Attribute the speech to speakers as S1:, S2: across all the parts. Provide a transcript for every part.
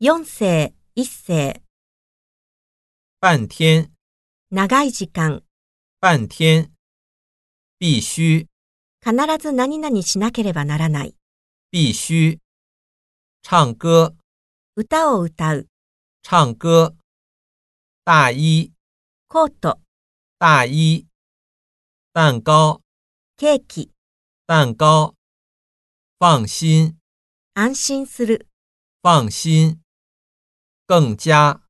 S1: 4世、1世、
S2: 半天，
S1: 長い時間、
S2: 半天。必须，
S1: 必ず何々しなければならない。
S2: 必须。唱歌，
S1: 歌を歌う、
S2: 唱歌。大衣，
S1: コート、
S2: 大衣。蛋糕，
S1: ケーキ、
S2: 蛋糕。放心，
S1: 安心する、
S2: 放心。更加，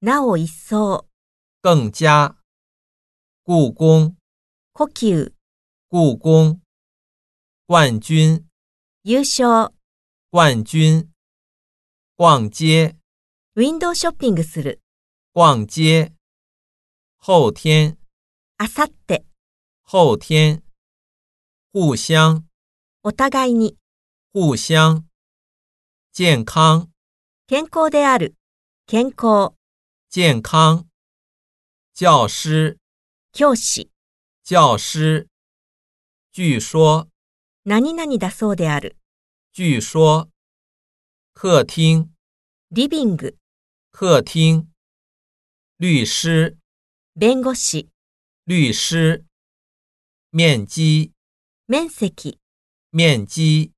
S1: なお一層、
S2: 更加。故宫，
S1: 呼吸、
S2: 故宫。冠军，
S1: 優勝、
S2: 冠军。逛街，
S1: ウィンドウショッピングする、
S2: 逛街。后天，
S1: あさって、
S2: 后天。互相，
S1: お互いに、
S2: 互相。健康，
S1: 健康である、健康、
S2: 健康。教师，
S1: 教師、
S2: 教师。据说，
S1: 何々だそうである、
S2: 据说。客厅，
S1: リビング、
S2: 客厅。律师，
S1: 弁護士、
S2: 律师。面积，
S1: 面積、
S2: 面积。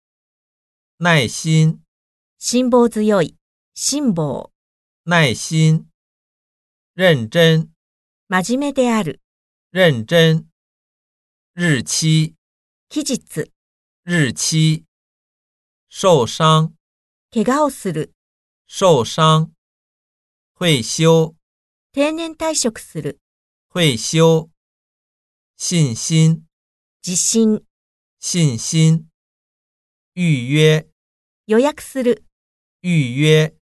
S2: 耐心，
S1: 辛抱強い、辛抱、
S2: 耐心。认真，
S1: 真面目である、
S2: 认真。日期，
S1: 期日、
S2: 日期。受伤，
S1: 怪我をする、
S2: 受伤。退休，
S1: 定年退職する、
S2: 退休。信心，
S1: 自信、
S2: 信心。预约，
S1: 予約する。
S2: 预约。